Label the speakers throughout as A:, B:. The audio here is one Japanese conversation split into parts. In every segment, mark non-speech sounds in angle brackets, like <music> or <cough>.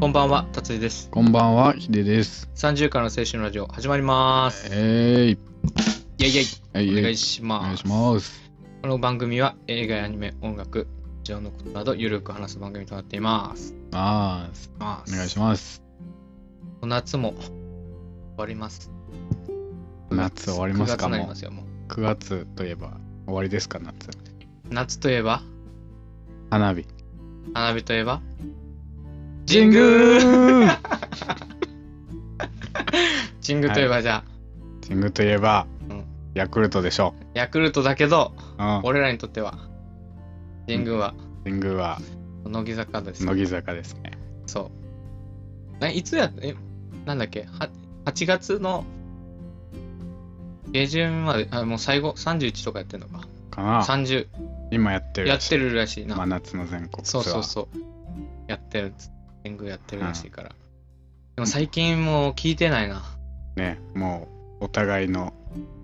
A: こんばんは、達也です。
B: こんばんは、ヒデです。
A: 30からの青春ラジオ始まります。
B: えーい、
A: イェイイェ
B: は
A: イお願い
B: し
A: し
B: まお願
A: ま
B: い
A: す。
B: します。
A: この番組は映画やアニメ、音楽、日常のことなどゆるく話す番組となっています。
B: まあ、
A: ま
B: お願いし
A: ま
B: ます。
A: す。夏も終わります。
B: 夏終わりますか
A: 9月になり
B: もう
A: ますよ、もう。
B: 9月といえば終わりですか、夏。
A: 夏といえば、
B: 花火。
A: 花火といえば、
B: 神宮
A: 神宮といえばじゃあ、
B: 神宮といえば
A: うん、
B: ヤクルトでしょ。
A: ヤクルトだけど、
B: うん、
A: 俺らにとっては、神宮は
B: 神宮は
A: 乃木坂です。
B: 乃木坂ですね。
A: そう。ないつやえ、なんだっけ、は8月の下旬まで、あもう最後、31とかやってんのか。
B: かな
A: 30、
B: 今やってる
A: や
B: ら
A: っ
B: しい。
A: てるらしいな。
B: 真夏の全国ツ
A: そ
B: アー。
A: うそうそう。やってる、天狗やってるらしいから。でも最近もう聞いてないな。
B: ね、もう、お互いの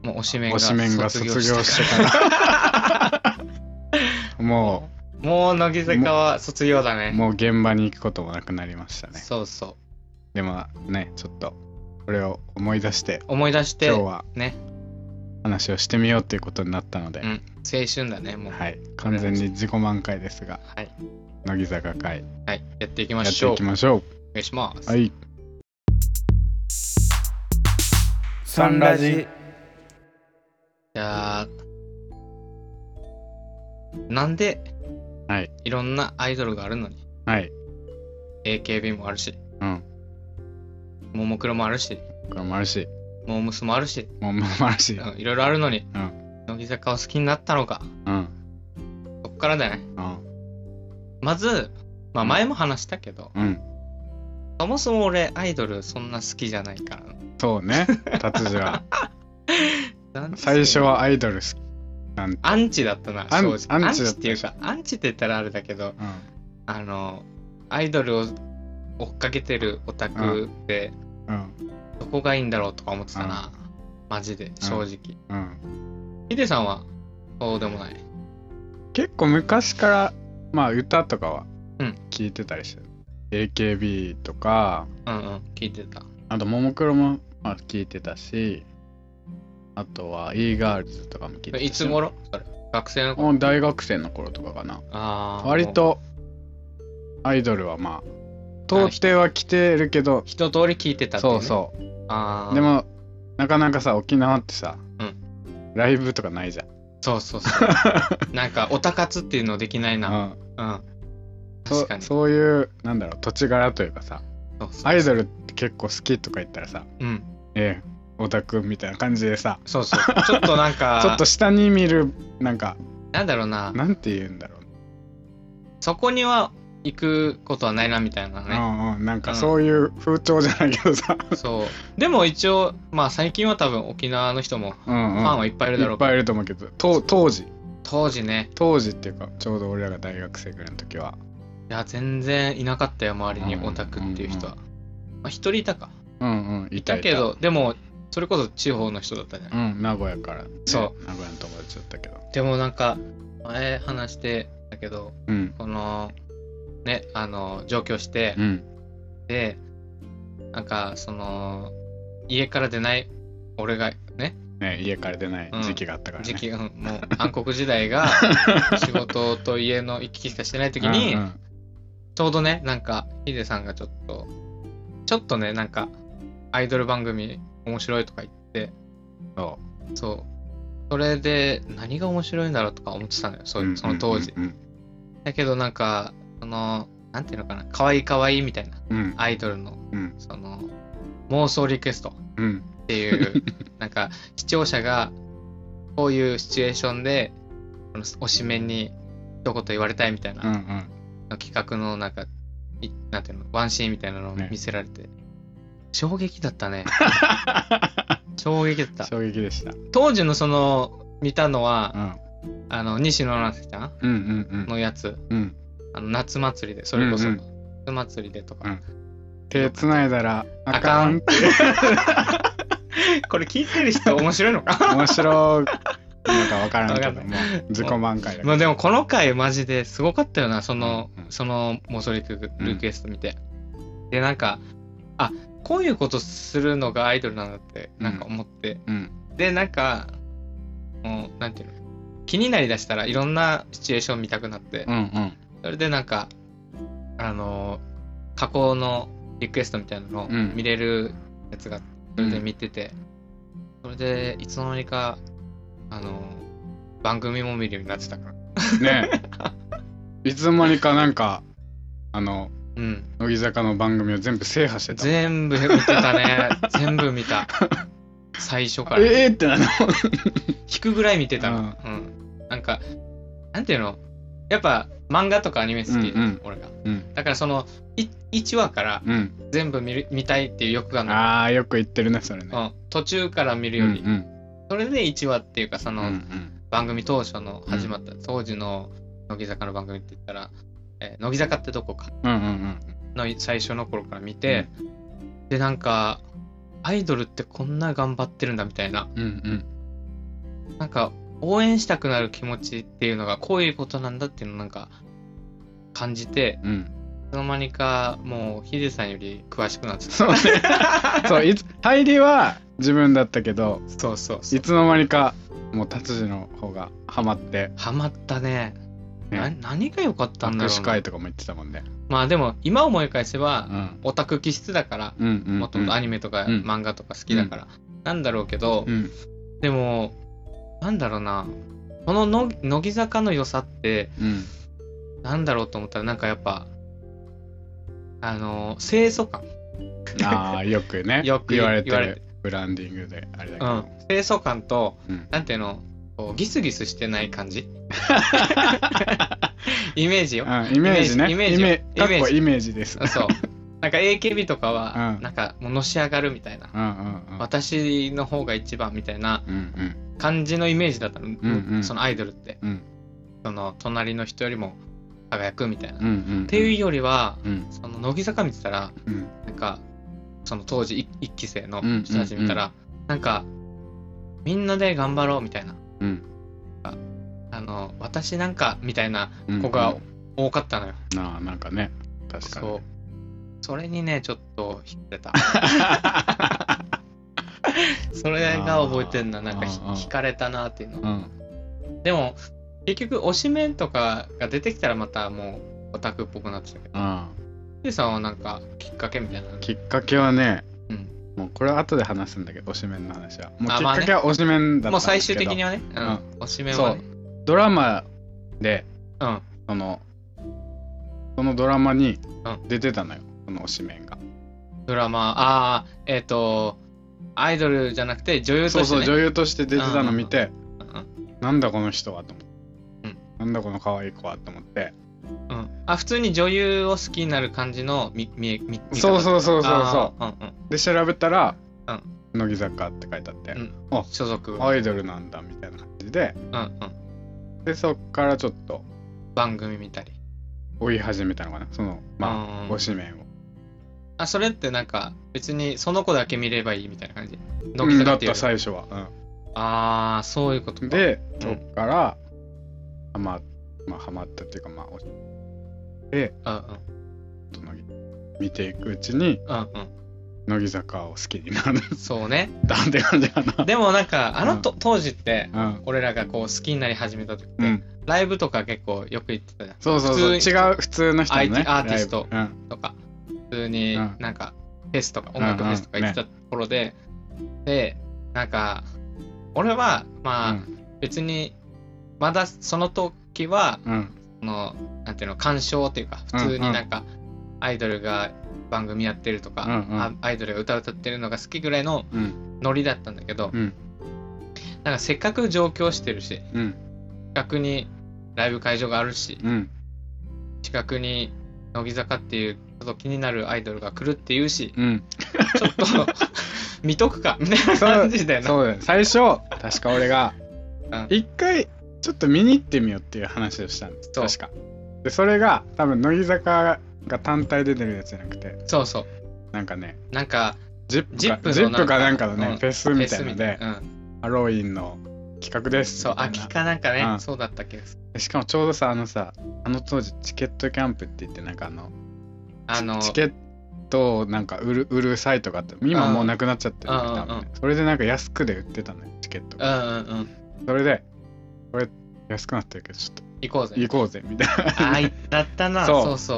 A: もう推しメンが
B: 推しメンが卒業して
A: た
B: から、 <laughs> も
A: ら。もう乃木坂は卒業だ
B: う、
A: ね。
B: もう現場に行くこともなくなりましたね。
A: そうそう。
B: でもね、ちょっと、これを思い出して、
A: 思い出して、
B: 今日
A: 青
B: は
A: ね
B: 話をしてみようということになったので、
A: うん春だね、もう。はい。
B: はい、完全に自己満開ですが
A: はい。
B: 乃木坂会
A: やっていき
B: や
A: ま
B: っ
A: してょう。
B: いきましょ
A: お願いします。
B: うはい
C: サンラジ
A: いやーなんで、
B: はい、
A: ろんなアイドルがあるのに、
B: はい、
A: AKB もあるし、
B: うん、
A: ももクロもあるし、
B: これもあるし
A: もうむすもあるし、
B: もうもあるし
A: うんいろいろあるのに、
B: う
A: 乃木坂を好きになったのか、
B: うん
A: そっからだね。
B: うん
A: まず、まあ前も話したけど、
B: うん
A: そもそも俺アイドルそんな好きじゃないから
B: そう
A: <laughs>
B: ね達治は
A: ななんで
B: 最初はアイドル好きなん
A: アンチだったな、
B: アン
A: 正直。
B: ア
A: アン
B: ンチ
A: チ
B: だった
A: っていうか、アンチって言ったらあれだけど、
B: うん
A: あの、アイドルを追っかけてるオタクで、
B: うん
A: どこがいいんだろうとか思ってたな。マジで、正直。ヒ
B: うん
A: デさんは、そうでもない。
B: 結構昔からまあ歌とかは
A: うん
B: 聞いてたりして、AKB とか
A: うんうん、聞いてた。
B: あとももクロもまあ聞いてたしあとは e ガールズとかも聞いてたし
A: いつ頃それ。学生の頃。
B: うん大学生の頃とかかな
A: ああ。
B: 割。とアイドルはまあ通っては来てるけど
A: 一通り聞いてたってい
B: そうそう
A: ね。あ
B: う
A: あ。
B: で、もなかなかさ沖縄ってさ、
A: う
B: ライブとかないじゃん
A: そうそう
B: <laughs>
A: そう。なんか、オタ活っていうのできないな。
B: うん
A: うん。
B: そ
A: 確かに。そう
B: そういうなんだろう土地柄というかさ
A: そう
B: アイドルって結構好きとか言ったらさ
A: うん。
B: ええオタクみたいな感じでさ
A: そうそう。ちょっとなんか、
B: <laughs> ちょっと下に見るなんか
A: なんだろうな。
B: なんて言うんだろう
A: そこには行くことはないな、みたいなね。
B: うんうん、なん
A: う
B: か
A: ん
B: そういう風潮じゃないけどさ、
A: そう。でも一応、まあ最近は多分沖縄の人も、
B: うんうん、
A: ファンはいっぱいいるだろ
B: いうっ
A: けど
B: ぱいいると思うけどと当時
A: 当時ね、
B: 当時っていうかちょうど俺らが大学生ぐらいの時はい
A: や、全然いなかったよ、周りに
B: うん
A: オタクっていう人は。まあ、一人いたか。
B: うんうんい
A: いたけど、でも、それこそ地方の人だったじゃ
B: う
A: ない。
B: ん名古屋から、ね、
A: そう
B: 名古屋の友達だったけど
A: でもなんか、前話してたけど、
B: うん
A: この、ね、あの、上京して
B: う、ん
A: で、なんか、その、家から出ない、俺がね、
B: ね家から出ない時期があったからね、
A: 時期、うんもう暗黒時代
B: <laughs>
A: が、仕事と家の行き来しかしてない時に、
B: うんうん
A: ちょうどね、なんか、ヒデさんがちょっと、ちょっとね、なんか、アイドル番組面白いとか言って、
B: そ
A: そう。それで、何が面白いんだろうとか思ってたのよ、そうう
B: うん
A: その当時。
B: うん
A: だけどなんか、その、なんていうのかな、可愛い可愛いみたいな、
B: うん
A: アイドルの、
B: うん
A: その、妄想リクエスト
B: うんうん
A: って
B: <laughs>
A: いう、なんか、視聴者が、こういうシチュエーションで、この推しメンに一言言われたいみたいな
B: うんう、ん
A: の企画のなんか、いなんていうの、ワンシーンみたいなのを
B: ね
A: 見せられて、衝撃だったね。衝撃だった。
B: 衝撃でした、うん、
A: 当時のその、見たのは、
B: うん
A: あの、西野七瀬ちゃん
B: うんうん
A: のやつ、
B: うん
A: あの夏祭りで、それこそ、
B: うんう
A: 夏祭りでとか。
B: 手つないだら
A: あ
B: あ
A: か
B: か
A: ん
B: ん
A: これ聞いてる人面白いのか
B: 面白いのか分からんけ
A: わ
B: ど
A: かん
B: もう自己満開だ
A: <laughs> まあでもこの回マジですごかったよな、その
B: う、んうん
A: その、モソリク
B: うん
A: リクエスト見て。で、なんか、あ、こういうことするのがアイドルなんだって、なんか思って。
B: うん。
A: で、なんか、もう、なんていうの気になりだしたらいろんなシチュエーション見たくなって、
B: うんうん。
A: それでなんか、あのー加工のリクエストみたいなのを
B: うん
A: 見れるやつがあって、それで見てて、それで、いつの間にか、あのー番組も見るようになってたから。
B: ねえ。いつの間にかなんか、あの、
A: うん。
B: 乃木坂の番組を全部制覇してた。
A: 全部見てた
B: <laughs>
A: ね。全部見た。最初から。
B: ええってなの
A: 引くぐらい見てたの。うん。なんか、なんていうのやっぱ漫画とかアニメ好き、
B: うんうん
A: 俺が。
B: うん。
A: だからその、1話から
B: うん。
A: 全部見る見たいっていう欲がな
B: ああ、よく言ってるね、それ
A: い。
B: ね。
A: うん。途中から見るより。
B: うんうん
A: それで1話っていうか、そ
B: うん
A: の、
B: うん
A: 番組当初の始まった、当時の乃木坂の番組って言ったら、えー乃木坂ってどこか
B: うんうん
A: の最初の頃から見て、で、なんか、アイドルってこんな頑張ってるんだみたいな。
B: うんうん
A: なんか応援したくなる気持ちっていうのがこういうことなんだっていうのをなんか感じて、
B: うん
A: いつの間にかもうヒデさんより詳しくなってた。
B: そうねそういつ入りは自分だったけど
A: そうそうそう
B: いつの間にかもう達治の方がハマって
A: ハマったね。な
B: ね
A: 何が良かったんだろ
B: 握手
A: うな
B: 会とかも言ってたもんね
A: まあでも今思い返せ
B: う
A: ば
B: ん
A: オタク気質だから、
B: うんうんうん
A: もともとアニメとか
B: うん
A: 漫画とか好きだから、なんだろうけど、
B: うん
A: でも、なんだろうな、このの乃木坂の良さって、
B: うん
A: なんだろうと思ったら、なんかやっぱ、あの、清楚感。
B: <laughs> ああよくね
A: よく
B: 言われて
A: 言われて
B: るブランディングであれだけ
A: う
B: ど、
A: ん、清楚感と、
B: うん
A: なんていうのこうギスギスしてない感
B: <laughs>
A: じイメージよ
B: うんイメージね
A: イメージイメージ
B: イメかっこ
A: イメージ
B: イメージですうん
A: そうなんか AKB とかは、
B: うん
A: なんかもうのし上がるみたいな、
B: うんうん
A: 私の方が一番みたいな
B: うん
A: 感じのイメージだったの、
B: うん
A: そのアイドルって
B: うん
A: その隣の人よりも輝くみたいな、
B: うんう
A: っ
B: んうん
A: ていうよりは
B: うん
A: その乃木坂見てたら
B: うん
A: なんかその当時い一期生の人たち見たら、なんかみんなで頑張ろうみたいな
B: うん
A: あの私なんかみたいな
B: うん
A: 子が多かったのよ、
B: なあなんかね確かに
A: そうそれにねちょっと引かれ
B: <laughs>
A: たそれが覚えてんななんかひ
B: あーあー
A: 引かれたなっていうの
B: うん
A: でも結局推しメンとかが出てきたらまたもうオタクっぽくなってたけど
B: うん
A: ヒデさんはなんかきっかけみたいなの
B: きっかけはね、
A: うん
B: もうこれは後で話すんだけど推しメンの話はもうき
A: あ
B: っ
A: まあね
B: かけは推しメンだったんですけど
A: もう最終的にはね、うん
B: うん
A: 推しメンはね
B: ドラマで
A: うん
B: そのそのドラマに
A: う
B: 出てたのよ、その推しメンが
A: ドラマああえっ、とアイドルじゃなくて女優
B: そ
A: と
B: う
A: して、ね、
B: そう女優として出てたの見て、
A: うん
B: なんだこの人はと思って、なんだこの可愛い子はと思って
A: うん、あ普通に女優を好きになる感じの見見え見見方
B: そうそうそうそうそ
A: あーうんうん
B: うで調べたら、
A: う
B: 乃木坂って書いてあって、
A: うん所属
B: アイドルなんだみたいな感じで
A: うんうん、
B: でそっからちょっと
A: 番組見たり
B: 追い始めたのかなそのまあ
A: あ
B: 推しメンを
A: あそれってなんか別にその子だけ見ればいいみたいな感じ
B: うんだっ
A: よ
B: た
A: り
B: 最初は、うん
A: ああそういうことか
B: で、
A: うん
B: そっから、ハマ、まあ、ハマったっていうか、まあ、おちょ
A: うん
B: っと乃木見ていくうちに、
A: うんうん
B: 乃木坂を好きになっ
A: うんそう
B: <laughs>
A: ね
B: たって感じかな。
A: でもなんかあのと、当時って
B: うん。
A: 俺らがこう好きになり始めた時って、
B: うん、
A: ライブとか結構よく行ってたじゃん
B: そうそうそう
A: 普通
B: 違う普通の人のね
A: アーティスト
B: ライブ
A: とか普通に
B: うん
A: なんかフェスとか音楽フェスとか行ってたところで、でなんか俺はまあ、別にまだその時は
B: うんうん
A: そのなんていうの鑑賞っていうか普通になんかアイドルが番組やってるとか、
B: うんうん
A: あアイドルが歌歌ってるのが好きぐらいの
B: うん
A: ノリだったんだけど、
B: うん
A: なんかせっかく上京してるし
B: うん
A: 近くにライブ会場があるし
B: うん
A: 近くに乃木坂っていうちょっと気になるアイドルが来るっていうし
B: うん
A: ちょ
B: <laughs>
A: っと見とくかみたいな感じだよな。
B: そうだよ最初確か俺が
A: うん
B: 一回ちょっと見に行ってみようっていう話をしたんです
A: そう
B: 確かでそれが多分乃木坂が単体で出るやつじゃなくて
A: そうそう
B: なんかね
A: なんか
B: ジップか
A: ジップの
B: ジップかなんかのね、
A: うん
B: フェス
A: フ
B: み
A: ェ
B: たい
A: ス
B: なの
A: みたい
B: で、
A: な。うん、
B: ハロウィンの企画です
A: そう
B: みたいな
A: 秋かなんかね、
B: うん
A: そうだったっけど
B: しかもちょうどさあのさあの当時チケットキャンプって言ってなんかあの
A: あの
B: チケッとなんか売る売るサイトがあった今もうなくなっちゃってるんだけど
A: うん
B: 多分ねそれでなんか安くで売ってたのよチケット
A: う
B: が
A: んうんうん。
B: それでこれ安くなってるけどちょっと
A: 行こうぜ。
B: 行こうぜみたい
A: ああ、だったな。
B: そう
A: そうそ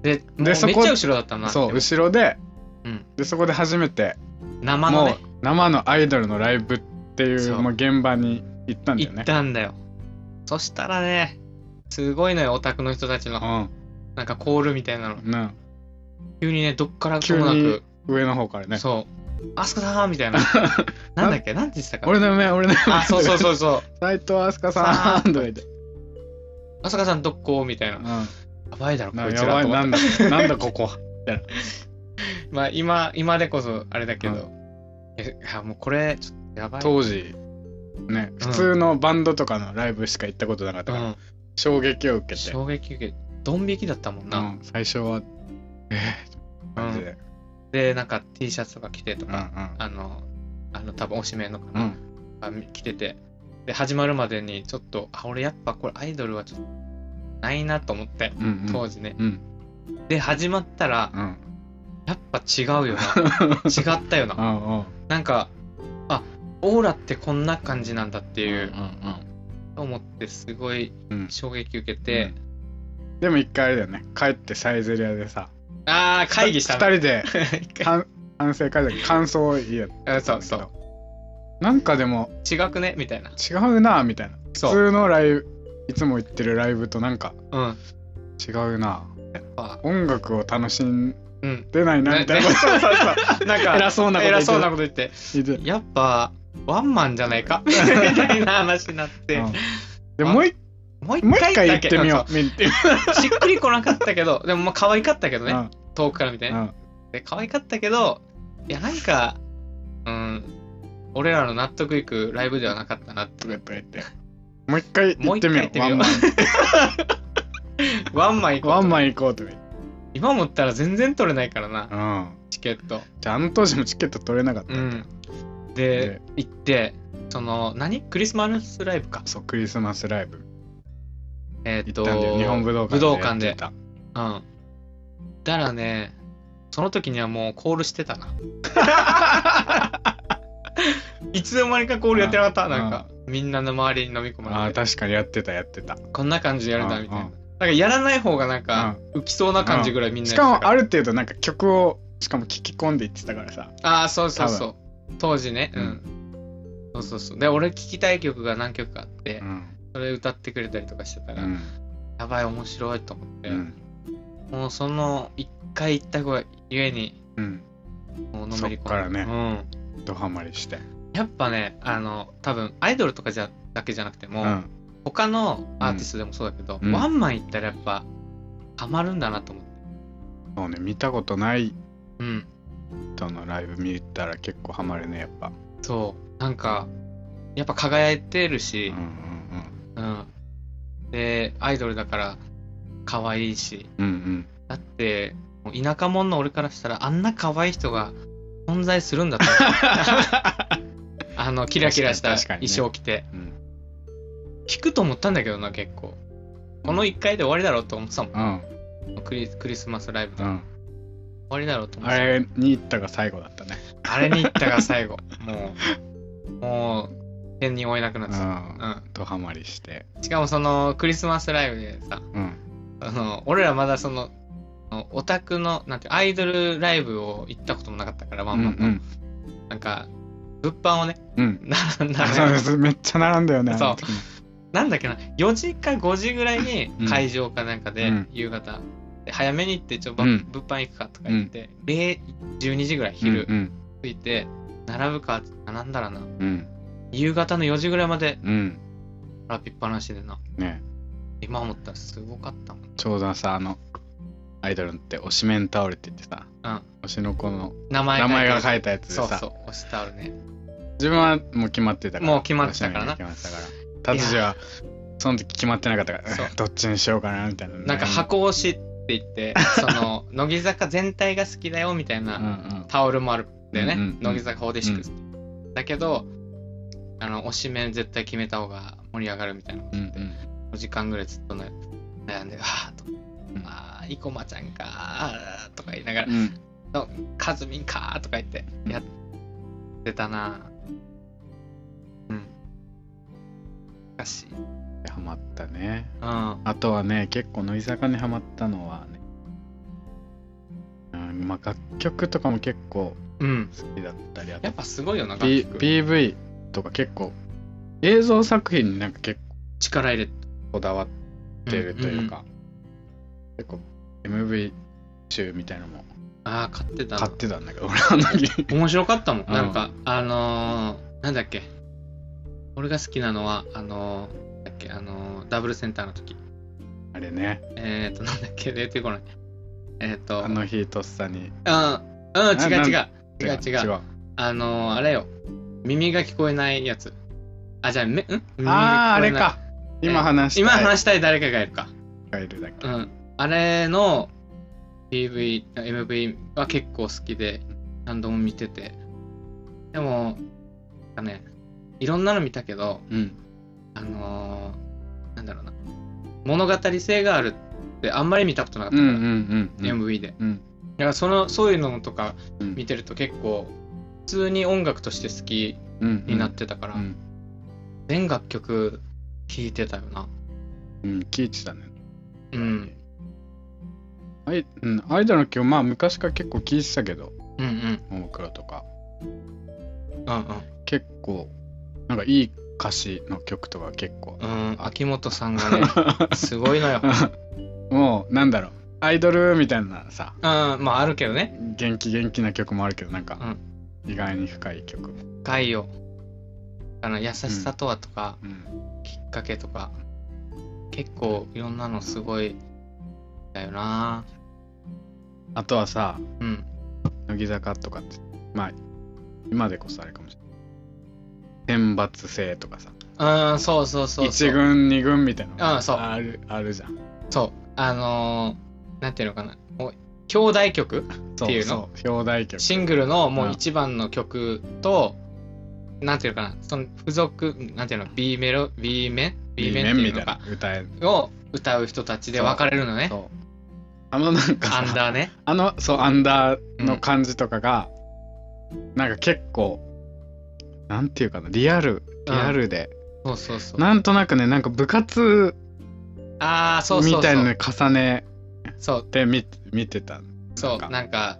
A: う。で、もうめっち
B: そ
A: ゃ
B: こ
A: 後ろだったな。
B: なそう
A: でも
B: 後ろで
A: うん
B: でそこで初めて
A: 生の
B: もう
A: ね、
B: 生のアイドルのライブってい
A: そうう
B: もう現場に行ったんだよ
A: 行っ
B: ね
A: たんだよ。そしたらね、すごいのよ、オタクの人たちの、
B: う
A: なんかコールみたいなの。
B: んな
A: 急にね、どっからと
B: 急
A: もな
B: に
A: く、
B: 上の方からね
A: そう、あすかさんみたいな。なんだっけなんて言ってたか。
B: 俺の夢俺の夢
A: あ、そうそうそうそう。
B: 斎藤飛鳥さんとか言って
A: あすかさんどっこみたいな
B: う。んな
A: やばいだろ、こいつ
B: や
A: ら
B: ば
A: と
B: い
A: 思
B: な
A: って。
B: んだなんだここ
A: まあ、今、今でこそあれだけ
B: う
A: ど。え、あもうこれ、ちょっとやばい。
B: <laughs> 当時ね普通のバンドとかのライブしか行ったことなかったから、
A: うん
B: 衝撃を受けて、
A: 衝撃受け、ドン引きだったもん
B: う
A: な。
B: ん最初はえー、感じで、
A: で、なんか T シャツとか着てと
B: うんう
A: か、
B: ん
A: あの、あの、多分おしめのか
B: う
A: な。
B: ん
A: あみ来ててで始まるまでにちょっとあ俺やっぱこれアイドルはちょっとないなと思って
B: うんうん
A: 当時ね、
B: うん
A: で始まったら
B: うん <laughs>
A: やっぱ違うよな違ったよ
B: う
A: なん
B: うん
A: なんかあオーラってこんな感じなんだって
B: うんう
A: い
B: ん
A: う、思ってすごい
B: うん
A: 衝撃受けて、
B: うんでも一回あれだよね帰ってサイゼリアでさ
A: ああ会議した
B: 二
A: 人
B: 人 <laughs> で反反省会で感想を言い合っ
A: そうそう
B: うなんかでも
A: 違くねみたいな
B: 違うなみたいな普
A: そう、
B: 通のライブいつも行ってるライブとなんか
A: うん、や
B: 違うな
A: っぱ
B: 音楽を楽しん
A: うん
B: でないなみたいな、
A: ねそうそう
B: <laughs>
A: そうなんか
B: 偉そうなこと言
A: 偉
B: って
A: そうなこと言って
B: 言って
A: やっぱワンマンじゃない
B: <laughs>
A: かみたいな話になって、
B: うんでもう一
A: もう一
B: もう一
A: 回
B: 回
A: 行
B: 行
A: っ
B: ってて
A: み
B: み
A: よ
B: よう。見てみよ
A: う。しっくりこなかったけど、でもまあ可愛かったけど
B: う
A: ね、
B: ね。
A: 遠くから見て
B: う
A: ね。
B: ん
A: で、可愛かったけど、いや、なんか、うん、俺らの納得いくライブではなかったなって
B: とか。言って。もう一回行ってみ
A: もう一回
B: よ
A: 行っ
B: う。
A: てみ
B: ワ
A: よう
B: ンマ
A: ワンマン
B: ン。
A: 行こうと。
B: ワンマン行こうとか言って。
A: 今思ったら全然取れないからな、
B: うん。
A: チケット。
B: じゃあ、あの当時もチケット取れなかった
A: うん
B: だ
A: ん。で
B: で、
A: 行って、その、何クリスマスライブか。
B: そう、クリスマスライブ
A: えーっ
B: 行
A: と、
B: ったんだよ。日本武道館
A: 武道館
B: やっ
A: で
B: て。た
A: うん。だからね、その時にはもうコールしてた
B: <laughs>
A: な。いつの間にかコールやってなかった、
B: うん
A: なんか、みんなの周りに飲み込
B: あ
A: ま
B: あ、
A: れて、
B: 確かにやってた、やってた。
A: こんな感じでやるんだ
B: うん
A: みたいな。
B: う
A: なんんかやらない方がなんか、浮きそうな感じぐらいみんなや
B: し
A: って
B: か
A: た
B: も、
A: から
B: ある程度、なんか曲を、しかも聞き込んでいってたからさ。
A: ああ、そうそうそう。当時ね、うん。そうそうそう。で、俺聞きたい曲が何曲かあって、
B: うん。
A: それ歌ってくれたりとかしてた
B: う
A: ら、
B: ん。
A: やばい、面白いと思って、
B: うん
A: もうその一回行った子がゆえに、
B: うん。
A: もうのめり込んで
B: そっからね
A: うん。
B: ドハマりして。
A: やっぱね、あの、多分アイドルとかじゃだけじゃなくて
B: う
A: も、
B: ん。
A: 他のアーティストでもそうだけど、
B: うん
A: ワンマン行ったらやっぱ、ハマるんだなと思って。
B: そうね、見たことない
A: うん。
B: 人のライブ見たら結構ハマるね、やっぱ。
A: そう。なんか、やっぱ輝いてる
B: うん
A: し
B: う、ん
A: うん。で、アイドルだから、可愛いし。
B: うん。うん
A: だって、もう田舎者の俺からしたら、あんな可愛い人が存在する
B: <laughs>
A: んだと思って。あの、キラキラした
B: 確かに確かに
A: 衣装
B: ね
A: 着て。
B: うん。うん。
A: 聞くと思ったんだけどな、結構。この1回で終わりだろうと思ってたもん。
B: うん。
A: クリクリスマスライブで
B: う
A: 終
B: ん。
A: わりだろうと思っ
B: あ
A: て
B: れに行ったが最後だったね。
A: あれに行ったが最後
B: <laughs>
A: もうもう天に負えなくなっ
B: う。
A: てた、うん
B: ドハマりして。
A: ん、しかもそのクリスマスライブでさ
B: うん。
A: あの俺らまだそのあのオタクのなんてアイドルライブを行ったこともなかったからワ
B: う
A: ン
B: ん
A: マンの、なんか物販をね <laughs>
B: うん。うん。
A: なな
B: あそうです。めっちゃ並んだよね。
A: そう
B: あの時
A: なんだっけな4時か5時ぐらいに
B: うん
A: 会場かなんかで、
B: うん
A: 夕方で早めに行ってちょっと、
B: うん
A: 物販行くかとか言って、0 12時ぐらい昼、
B: うん。
A: ついて並ぶか並んだらな
B: うん。
A: 夕方の4時ぐらいまで
B: うん。
A: 並びっぱなしでな
B: ね
A: 今思ったらすごかったもん
B: ちょうどさ、あの、アイドルって推しメンタオルって言ってさ、
A: うん
B: 推しの子の
A: 名前
B: 名前が
A: い
B: 書いたやつ
A: て
B: で
A: そうそ
B: さ、
A: う押してあるね
B: 自分はもう決まってたから。
A: もう決まってたからな
B: 推しメンが決まってたから。達治は、その時決まってなかったか
A: そう
B: ら、 <laughs> どっちにしようかなみたいな。
A: なんか箱押しって言ってその乃木坂全体が好きだよみたい
B: うん
A: な
B: うん。
A: タオルもあるんだよね、
B: うんうんうん
A: 乃木坂46、だけどあの推しメン絶対決めた方が盛り上がるみたいな
B: うんうん
A: 5時間ぐらいずっとね悩んでああと
B: うん
A: ああ生駒ちゃんかーとか言いながら
B: う、ん。
A: カズミンかーとか言ってやってたなうん。おかしい。う
B: ハマったね。
A: ん。
B: あとはね、結構乃木坂にハマったのはね、うん、まあ楽曲とかも結構
A: うん。
B: 好きだったり、あ
A: や
B: と
A: っぱすごいよな、楽
B: P-
A: 曲
B: PV とか結構映像作品になんか結構
A: 力入れ
B: こだわってるというか、結構 MV 集みたいのも
A: ああ、買ってた
B: 買
A: な
B: っ。てたんだけど、俺あの時。
A: 面白かったもん。
B: うん
A: なんか、あのー、なんだっけ。俺が好きなのは、あのー、なんだっけ、あのー、ダブルセンターの時。
B: あれね、
A: えっ、ー、と、なんだっけ、出てこない。えっ、ー、と、
B: あの日とっさに。
A: あうん、違う違う。違う違う。
B: 違う。
A: あのー、あれよ。耳が聞こえないやつ。あ、じゃあ、め、ん耳が聞こえない
B: ああ、あれか。今話したい
A: 今話したい誰かがいるか。
B: がいるだけ。
A: うん。あれの PV、MV は結構好きで、何度も見てて。でも、なんかね、いろんなの見たけど、
B: うん。
A: あのー、なんだろうな。物語性があるってあんまり見たことなかっ
B: う
A: た
B: ん
A: か
B: う
A: ら、
B: んうん。
A: MV で。
B: うん。
A: だからその、そういうのとか
B: うん
A: 見てると結構、普通に音楽として好き
B: うん
A: になってたから、
B: うん
A: 全楽曲聴いてたよな。
B: うん、聞いてたね。
A: うん。
B: アイうん、アイドルの曲、まあ昔から結構聞いてたけど、
A: うんうん。
B: ももクロとか、
A: うん
B: 結構、なんかいい歌詞の曲とか結構。
A: うん。うん、秋元さんが <laughs> ね、すごいのよ。
B: もう、なんだろう、アイドルみたいなさ、
A: うん、まああるけどね。
B: 元気元気な曲もあるけど、なんか、意外に深い曲。
A: 深いよ。あの、優しさとはとか、
B: うん。
A: きっかけとか、結構いろんなのすごい、だよな
B: あとはさ、
A: うん。
B: 乃木坂とかって、まあ、今でこそあれかもしれない。選抜制とかさ、
A: うん、そうそうそうそ
B: 一
A: う。
B: 軍、二軍みたいなの
A: うんそう
B: ある、あるじゃん。
A: そう。あのー、なんていうのかな。もう兄弟曲
B: そ
A: っていうの
B: そう、表題曲。
A: シングルのも
B: う
A: うん一番の曲と、なんていうのかな、その付属、なんていうの、B メロ、B 面 ?B 面ってい
B: み
A: う
B: た
A: の
B: いな
A: か、
B: 歌え
A: を歌う人たちで分かれるのね。
B: そう。あのなんか
A: アン
B: さ、
A: ダー
B: <laughs>
A: ね。
B: あの、そう、アンダーの感じとかが、なんか結構、なんていうかな、リアル、リアルで、
A: そうそうそう。
B: なんとなくね、なんか部活
A: ああ、そうそうそう。
B: みたいなのに重ね
A: そう、
B: て見見てた。
A: そう、
B: なんか
A: なんか、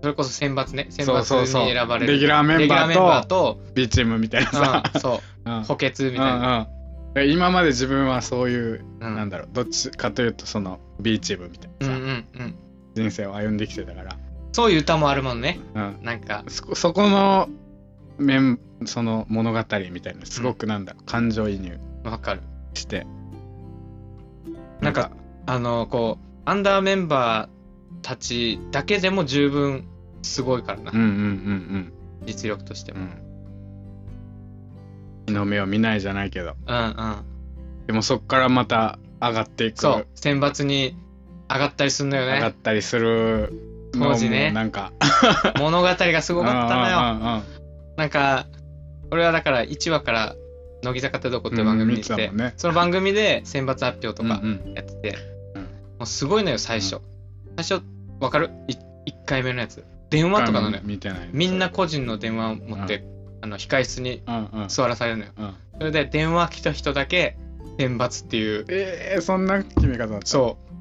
A: それこそ選抜ね。選
B: そうそう
A: 抜
B: そう
A: に選ばれる。
B: レギュラーメンバ
A: レギュ
B: ー
A: ー
B: と
A: と、
B: B チームみたいなさ、 <laughs>
A: うん、そう、
B: うん
A: 補欠みたいな。
B: うんうんで今まで自分はそういう、
A: うん
B: <laughs> なんだろう、どっちかというと、その B チームみたいな
A: うん
B: さ、
A: うんうん。
B: 人生を歩んできてたから、
A: そういう歌もあるもんね。
B: うん、
A: なんか、
B: そこそこの面その物語みたいなすごくなんだろう、感情移入
A: わかる。
B: して
A: なんか、あの、こう、アンダーメンバーたちだけでも十分すごいからな
B: う。んうんうん
A: 実力として
B: うんう
A: も。
B: ん日の目を見ないじゃないけど
A: うんうん。
B: でもそこからまた上がっていく
A: そう、選抜に上がったりすんのよ
B: 上がっ
A: ね。
B: たりするの
A: 当
B: も
A: 時ね
B: なんか
A: 物語がすごかったのよ。
B: よ
A: なんか、俺はだから1話から、乃木坂ってどこって番組に行って、
B: うん見てたもんね
A: その番組で選抜発表とかやってて、
B: うん
A: もうすごいのよ、最初。最初、わかる ?1 回目のやつ。電話とかなのよ。
B: 見てない
A: みんな個人の電話を持って、あの控室に
B: うんうん
A: 座らされるのよ。
B: うん
A: それで電話来た人だけ選抜っていう
B: えー、そんな決め方だった
A: そう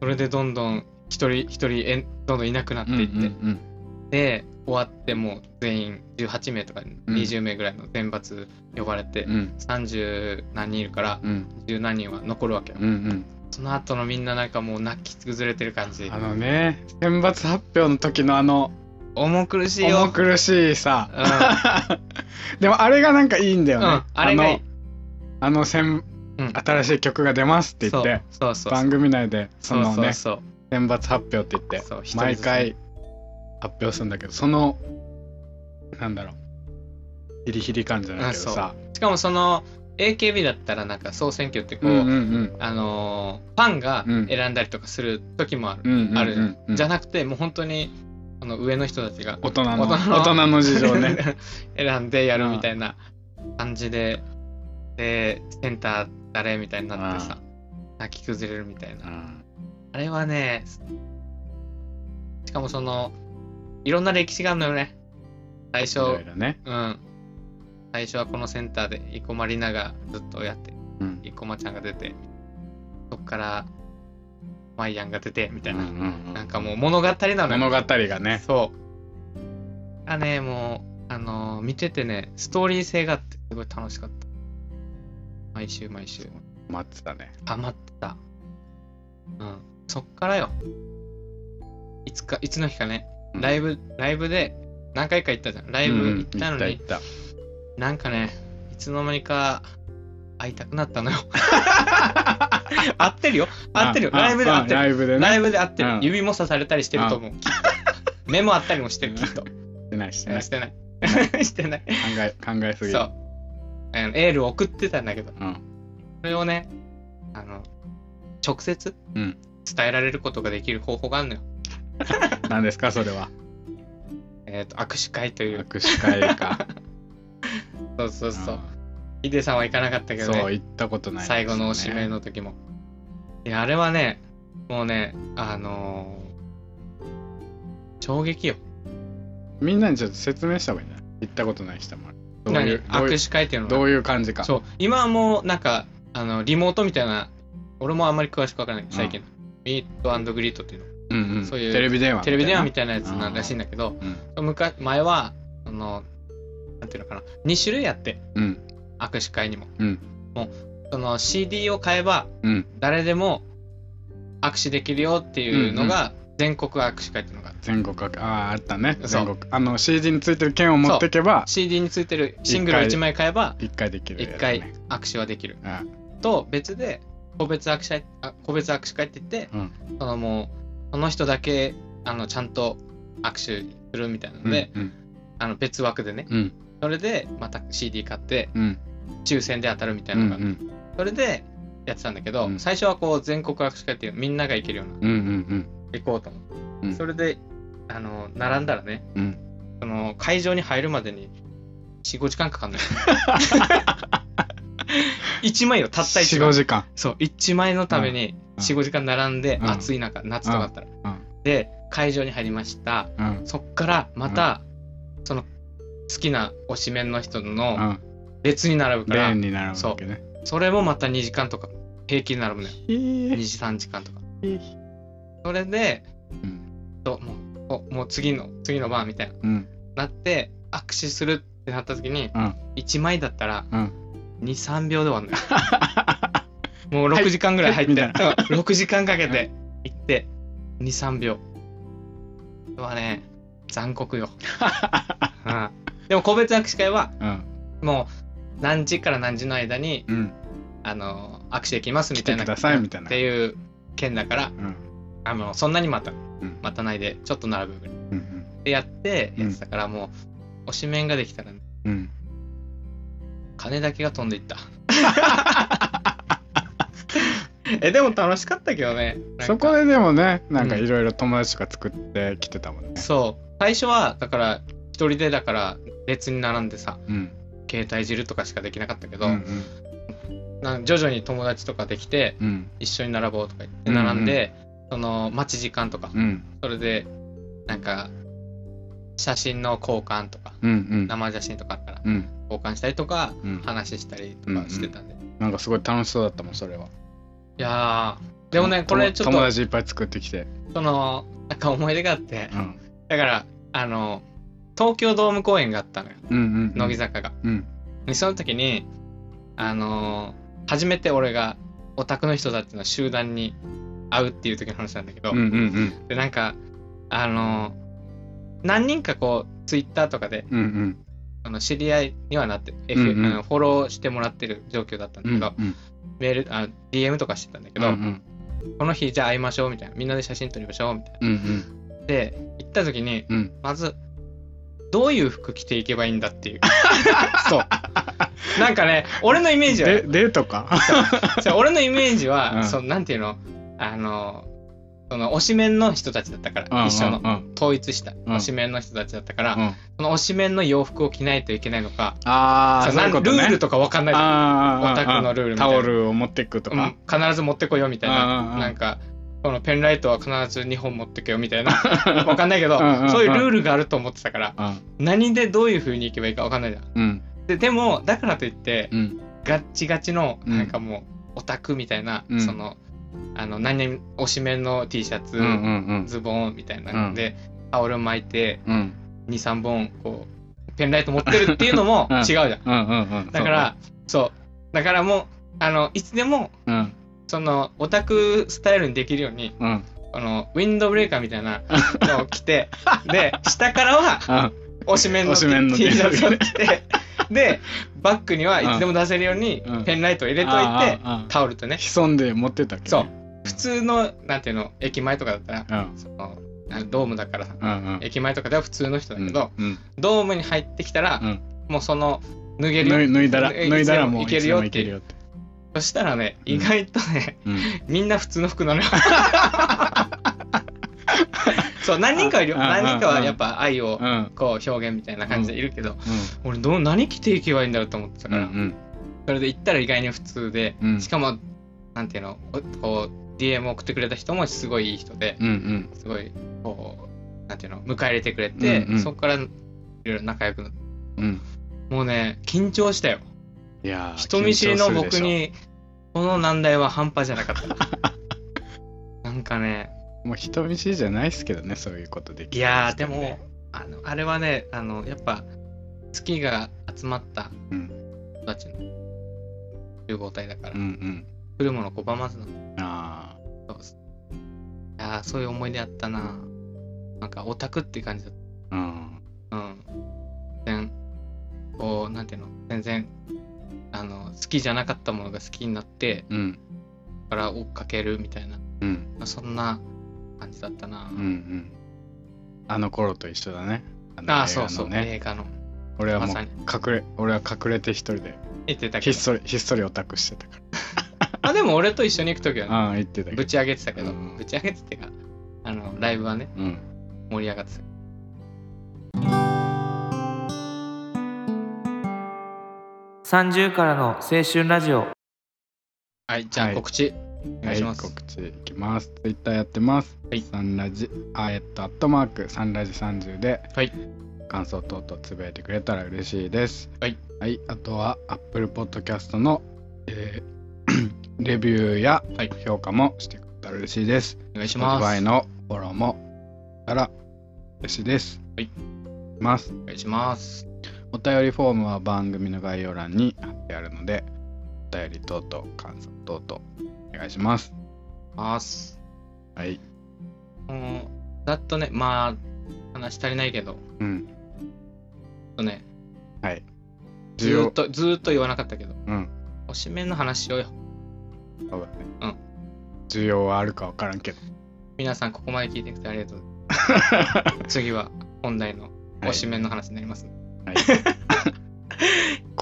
A: それでどんどん一人一人えんどんどんいなくなって
B: う
A: いって、
B: んうん
A: で終わってもう全員18名とか20名ぐらいの選抜呼ばれて、
B: うんうん
A: 30何人いるから
B: うん
A: 10何人は残るわけよ、
B: うんうん
A: その後のみんななんかもう泣き崩れてる感じ
B: あのね選抜発表の時のあの
A: 重苦しいよ
B: 重苦しいさ
A: うん、う
B: <laughs> でもあれがなんかいいんだよね。
A: ん、あれがいい
B: あのあの選
A: うん
B: 新しい曲が出ますって言
A: そ
B: っ
A: う
B: て、
A: そうそう
B: 番組内でそ
A: そう
B: の
A: そ
B: ね
A: うそう
B: 選抜発表って言って
A: そう一人ずつね
B: 毎回発表するんだけどそのなんだろうヒリヒリ感じゃないけどさ、
A: しかもその AKB だったらなんか総選挙ってこう、
B: うんうん
A: あのーファンが
B: うん
A: 選んだりとかする時もある、
B: うんうんうんうん
A: あるじゃん,、
B: うん
A: じゃなくてもう本当にあの上の人たちが
B: 大人の
A: 大人
B: 大人
A: の
B: の事情ね
A: <laughs> 選んでやるみたいな感じででセンター誰みたいになってさ泣き崩れるみたいなあれはね、しかもその、いろんな歴史があるのよね。最
B: いろい
A: 初、
B: ろね。
A: うん。最初はこのセンターで、生駒里奈がずっとやって、
B: うん。
A: 生駒ちゃんが出て、そっから、マイアンが出て、みたいな。
B: うんうんうん
A: なんかもう物語なのよ。
B: 物語がね。
A: そう。がね、もう、あのー見ててね、ストーリー性があって、すごい楽しかった。毎週毎週。
B: 待ってたね。
A: ハマってた。うん。そっからよ。いつか、いつの日かね、
B: うん
A: ライブ、ライブで、何回か行ったじゃん。ライブ行ったのに、
B: うん行った行っ
A: なんかね、いつの間にか、会いたくな
B: <laughs>
A: ったのよ。合ってるよ。
B: た
A: 合ってるよ。
B: あ
A: ライブで
B: あ
A: 合ってる
B: ラ。イブでね。
A: ライブで合って
B: う
A: る
B: ん。
A: 指も刺されたりしてると思う。目もあったりもしてる、きっと。
B: してないしてない
A: し。てない。して
B: <laughs>
A: ない。
B: 考え、考えすぎ
A: そう。あのエールを送ってたんだけど、
B: うん。
A: それをね、あの、直接
B: うん
A: 伝えられることができる方法があるのよ。
B: 何ですか、それは。
A: えっと、握手会という。
B: 握手会か。
A: そう <laughs> そうそう。ヒデさんは行かなかったけ
B: うん
A: ど
B: そう、
A: ね、
B: 行ったことないですね。
A: 最後のおしめの時も。いや、あれはね、もうね、あのー衝撃よ。
B: みんなにちょっと説明した方がいいんじゃない行ったことない人もある。どうい
A: 何
B: うどういう
A: 握手会っていうのは
B: どういう感じか。
A: そう今はもうなんかあのリモートみたいな俺もあんまり詳しくわからない最近の、ミートグリートっていうの
B: うんうん。
A: そういう
B: テレビ電話。
A: テレビ電話み
B: た
A: たいなやつなんらしいんだけど
B: いな。
A: 昔前はあのなんていうのかな2種類あって
B: うん。うん。
A: 握手会にも、
B: うん
A: もうその CD を買えば
B: うん。
A: 誰でも握手できるよっていうのが全国握手会っていうのがあって
B: 全国かあああったね
A: そう
B: 全国あの CD についてる券を持っていけば
A: CD についてるシングルを1枚買えば
B: 1回できる
A: 1
B: やつ
A: 回
B: ね
A: 握手はできる
B: あ
A: と別で個別握手会あ個別握手会って言って
B: うん
A: そのもう、その人だけ、あの、ちゃんと握手するみたいなので、
B: うん
A: あの、別枠でね、
B: うん
A: それで、また CD 買って、
B: うん
A: 抽選で当たるみたい
B: うんう
A: なんのが、それで、やってたんだけど、
B: うん
A: 最初はこう、全国握手会っていう、みんなが行けるような、
B: うんうん
A: 行こうと思って、
B: うん
A: それで、あの、並んだらね、
B: うん
A: その、会場に入るまでに、4、5時間かかんの
B: <laughs>
A: よ。1枚よ、たった1枚
B: 45。時間
A: そう、1枚のために
B: うん
A: 4、5時間並んで、
B: うん
A: 暑い中、夏とかあったら
B: うん。
A: で、会場に入りました。
B: うん
A: そっからまた、その、好きな推しメンの人
B: う
A: の
B: ん
A: 列に並ぶか
B: レー
A: ら
B: ン、になるわけね
A: それもまた2時間とか、平均並ぶのよ。
B: へ
A: 2
B: ー
A: 時、3時間とか。それで、
B: うん
A: ともうお、もう次の、次の番みたいな、 <laughs>
B: うん
A: なって、握手するってなった時に
B: うん、
A: 1枚だったら、
B: うん
A: 2、3秒で終わんのよ。もう6時間ぐらい入って、
B: は
A: た
B: い
A: 6時間かけて行って、2、3秒。これはね、残酷
B: <laughs>
A: よ。うんでも個別握手会は、
B: うん
A: もう何時から何時の間に、
B: うん
A: あの、握手できますみたいな。
B: 来てくださいみたい
A: っ
B: な
A: ていう件だから、
B: うん
A: あの、そんなにまた、
B: ん
A: 待たないで、ちょっと並ぶぐらい。
B: うん
A: でやって、
B: うん
A: やってたからもう、推しメンができたら、
B: うん
A: 金だけが飛んでいった。 <laughs> え、でも楽しかったけどね。なんか
B: そこででもねなんかいろいろ友達とか作ってきてたもんね
A: そう。最初は、だから、一人でだから、列に並んでさ、
B: うん
A: 携帯いじるとかしかできなかったけ
B: う
A: ど、
B: ん
A: なん徐々に友達とかできて、
B: うん
A: 一緒に並ぼうとか言って並んで、その、待ち時間とか、
B: うん
A: それで、なんか、写真の交換とか、
B: うんうん
A: 生写真とかあったら、
B: うん
A: 交換したりとか、
B: うん
A: 話したりとかしてたんで。
B: なんかすごい楽しそうだったもんそれはい
A: やー、でもね、
B: と
A: これちょっ
B: 友
A: と、
B: 達いっぱい作ってきて
A: その、なんか思い出があって、
B: うん
A: だから、あの、東京ドーム公演があったのよ、
B: うんうん
A: 乃木坂が。
B: うん
A: でその時に、あのー初めて俺がオタクの人だっていうのは集団に会うっていう時の話なんだけど、
B: うんうん
A: で、なんか、あのー何人かこう、ツイッターとかで、
B: うんうん
A: あの知り合いにはなって、F
B: うんうん
A: あのフォローしてもらってる状況だったんだ
B: うんう
A: け
B: ん
A: ど、メール、あ DM とかしてたんだけど、
B: うん
A: この日じゃあ会いましょうみたいな、みんなで写真撮りましょうみたい
B: うんうん
A: な。で、行った時に、
B: うん
A: まず、どういう服着ていけばいいんだっていう。 <laughs>
B: そう
A: なんかね、俺のイメージは
B: で、デートか
A: <laughs> そう俺のイメージ
B: う
A: は、
B: ん
A: その、なんていうの、あの、その、推しメンの人たちだったから、一緒の
B: う、ん
A: 統一した
B: ん
A: 推しメンの人たちだったから、
B: うん
A: その推しメンの洋服を着ないといけないのか、
B: ああ
A: そ
B: そうう
A: ないん
B: うことね
A: ルールとかわかんない。
B: あーあーあー
A: オタクのルールみたい
B: タ
A: な
B: オルを持っていくと
A: うん
B: か
A: 必ず持ってこようみたい
B: うんうんう
A: な、
B: ん
A: なんか、このペンライトは必ず2本持ってけよみたいなわかんないけど
B: <laughs> うんうんうん
A: そういうルールがあると思ってたから
B: あ
A: 何でどういう風にいけばいいかわかんないじゃん
B: うん
A: ででもだからといって、
B: うん
A: ガッチガチの
B: うん
A: なんかもうオタクみたいな、
B: うん
A: そのあの何々おしめの T シャツ、
B: うんうん
A: ズボンみたいなので、タオル巻いて
B: うんうん
A: 23本こうペンライト持ってるっていうのも
B: <laughs> うん
A: 違うじゃん、
B: うんうんうん
A: だからそう,、だからもうあのいつでも
B: そうね
A: そのオタクスタイルにできるように
B: うんうん
A: このウィンドブレーカーみたいなのを着て
B: <laughs>
A: で下からは
B: あ
A: おしめの
B: お
A: T シ
B: しめんの
A: ャツを着て
B: <laughs>
A: でバッグにはいつでも出せるように
B: うん
A: ペンライトを入れとい
B: あ
A: て
B: ああ
A: タオルとね
B: 潜んで持ってたっけ
A: そう普通のなんていうの駅前とかだったら
B: うん
A: そのあドームだからさ
B: うんうん
A: 駅前とかでは普通の人だけど、
B: うん
A: ドームに入ってきたら
B: うん
A: もうその脱げ
B: 脱
A: るよ
B: い脱いだら
A: え
B: 脱いだらもう
A: い
B: い
A: ける
B: つで
A: よっ
B: も
A: て
B: いけるよって
A: そしたらね
B: うん
A: 意外とね
B: うん
A: みんな普通の服
B: <laughs>
A: なのよ。そう何人かはいるよ
B: ああ
A: 何人かはやっぱ愛を
B: うん
A: こう表現みたいな感じでいるけど、
B: う
A: 俺どう何着ていけばいいんだろうと思ってた
B: んう
A: から、
B: ん
A: それで行ったら意外に普通で、
B: うんうん
A: しかもなんていうのおこう DM を送ってくれた人もすごいいい人で
B: うんうん
A: すごいこうなんていうの迎え入れてくれて、
B: うんうん
A: そこからいろいろ仲良くなって
B: うん
A: もうね緊張したよ
B: いやー
A: 人見知りの
B: 緊張す
A: 僕
B: るでし
A: にこの難題は半端じゃなかったな
B: <laughs>
A: んかね
B: ょもう人見知りじゃないっすけどねそういうことでき
A: い
B: る
A: やー
B: 人
A: で
B: ね
A: もあのあれはねあのやっぱ月が集まった
B: うん
A: 人たちの集合体だから、
B: うん
A: 来るもの拒まずなんだ
B: うんああ
A: そうですいやーそういう思い出あったななんかオタクって感じだっ
B: うん
A: たうん全こうなんていうの全然あの好きじゃなかったものが好きになって
B: うん
A: そこから追っかけるみたいな
B: うん
A: そんな感じだったな、
B: うんうんあの頃と一緒だねあの
A: ああ
B: 映
A: そ
B: 画
A: うそう、
B: のね
A: 映画の
B: 俺はもう
A: まさ
B: 隠
A: に
B: れ俺は隠れて一人で
A: 言ってたけ
B: ひ <laughs> っ
A: ど
B: そりひっそりオタクしてたか
A: あでも俺と一緒に行く時はね
B: らああ言ってたけど
A: ぶち上げてたけど、
B: うん
A: ぶち上げてっていうかあのライブはね
B: うん
A: 盛り上がってた
C: 30からの青春ラジオ
A: はいじゃ
B: は
A: あ
B: い
A: 告知お願いします、
B: はい、告知いきます。ツイッターやってます。
A: はい
B: サンラジ、あ、えっと、アットマーク、サンラジ30で、
A: はい
B: 感想等々つぶやいてくれたら嬉しいです。
A: はい。
B: はい、あとは、アップルポッドキャストの、えー <clears throat> レビューや
A: はい
B: 評価もしてくれたら嬉しいです。
A: お願いし
B: バ
A: ま
B: イ
A: す
B: バイのフォローも、たら、嬉しいです。
A: はい。
B: ます。
A: お願いします
B: お便りフォームは番組の概要欄に貼ってあるので、お便り等々、感想等々、お願いします。
A: ます
B: はい。
A: もうざっとね、まあ、話足りないけど、ちょ
B: うん。
A: っとね、
B: はい。
A: ずーっと、ずーっと言わなかったけど、
B: うん。
A: おしめの話しようよ。
B: そうだね。
A: うん。
B: 需要はあるかわからんけど。
A: 皆さん、ここまで聞いてくれてありがとう。
B: <laughs>
A: 次は、本題のおしめの話になります。 <laughs>
B: はい。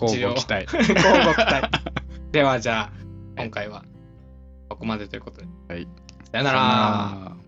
B: 交互期待。
A: 広告体。では、じゃあ、今回は、ここまでということで。
B: はい。
A: さよなら。
B: ら。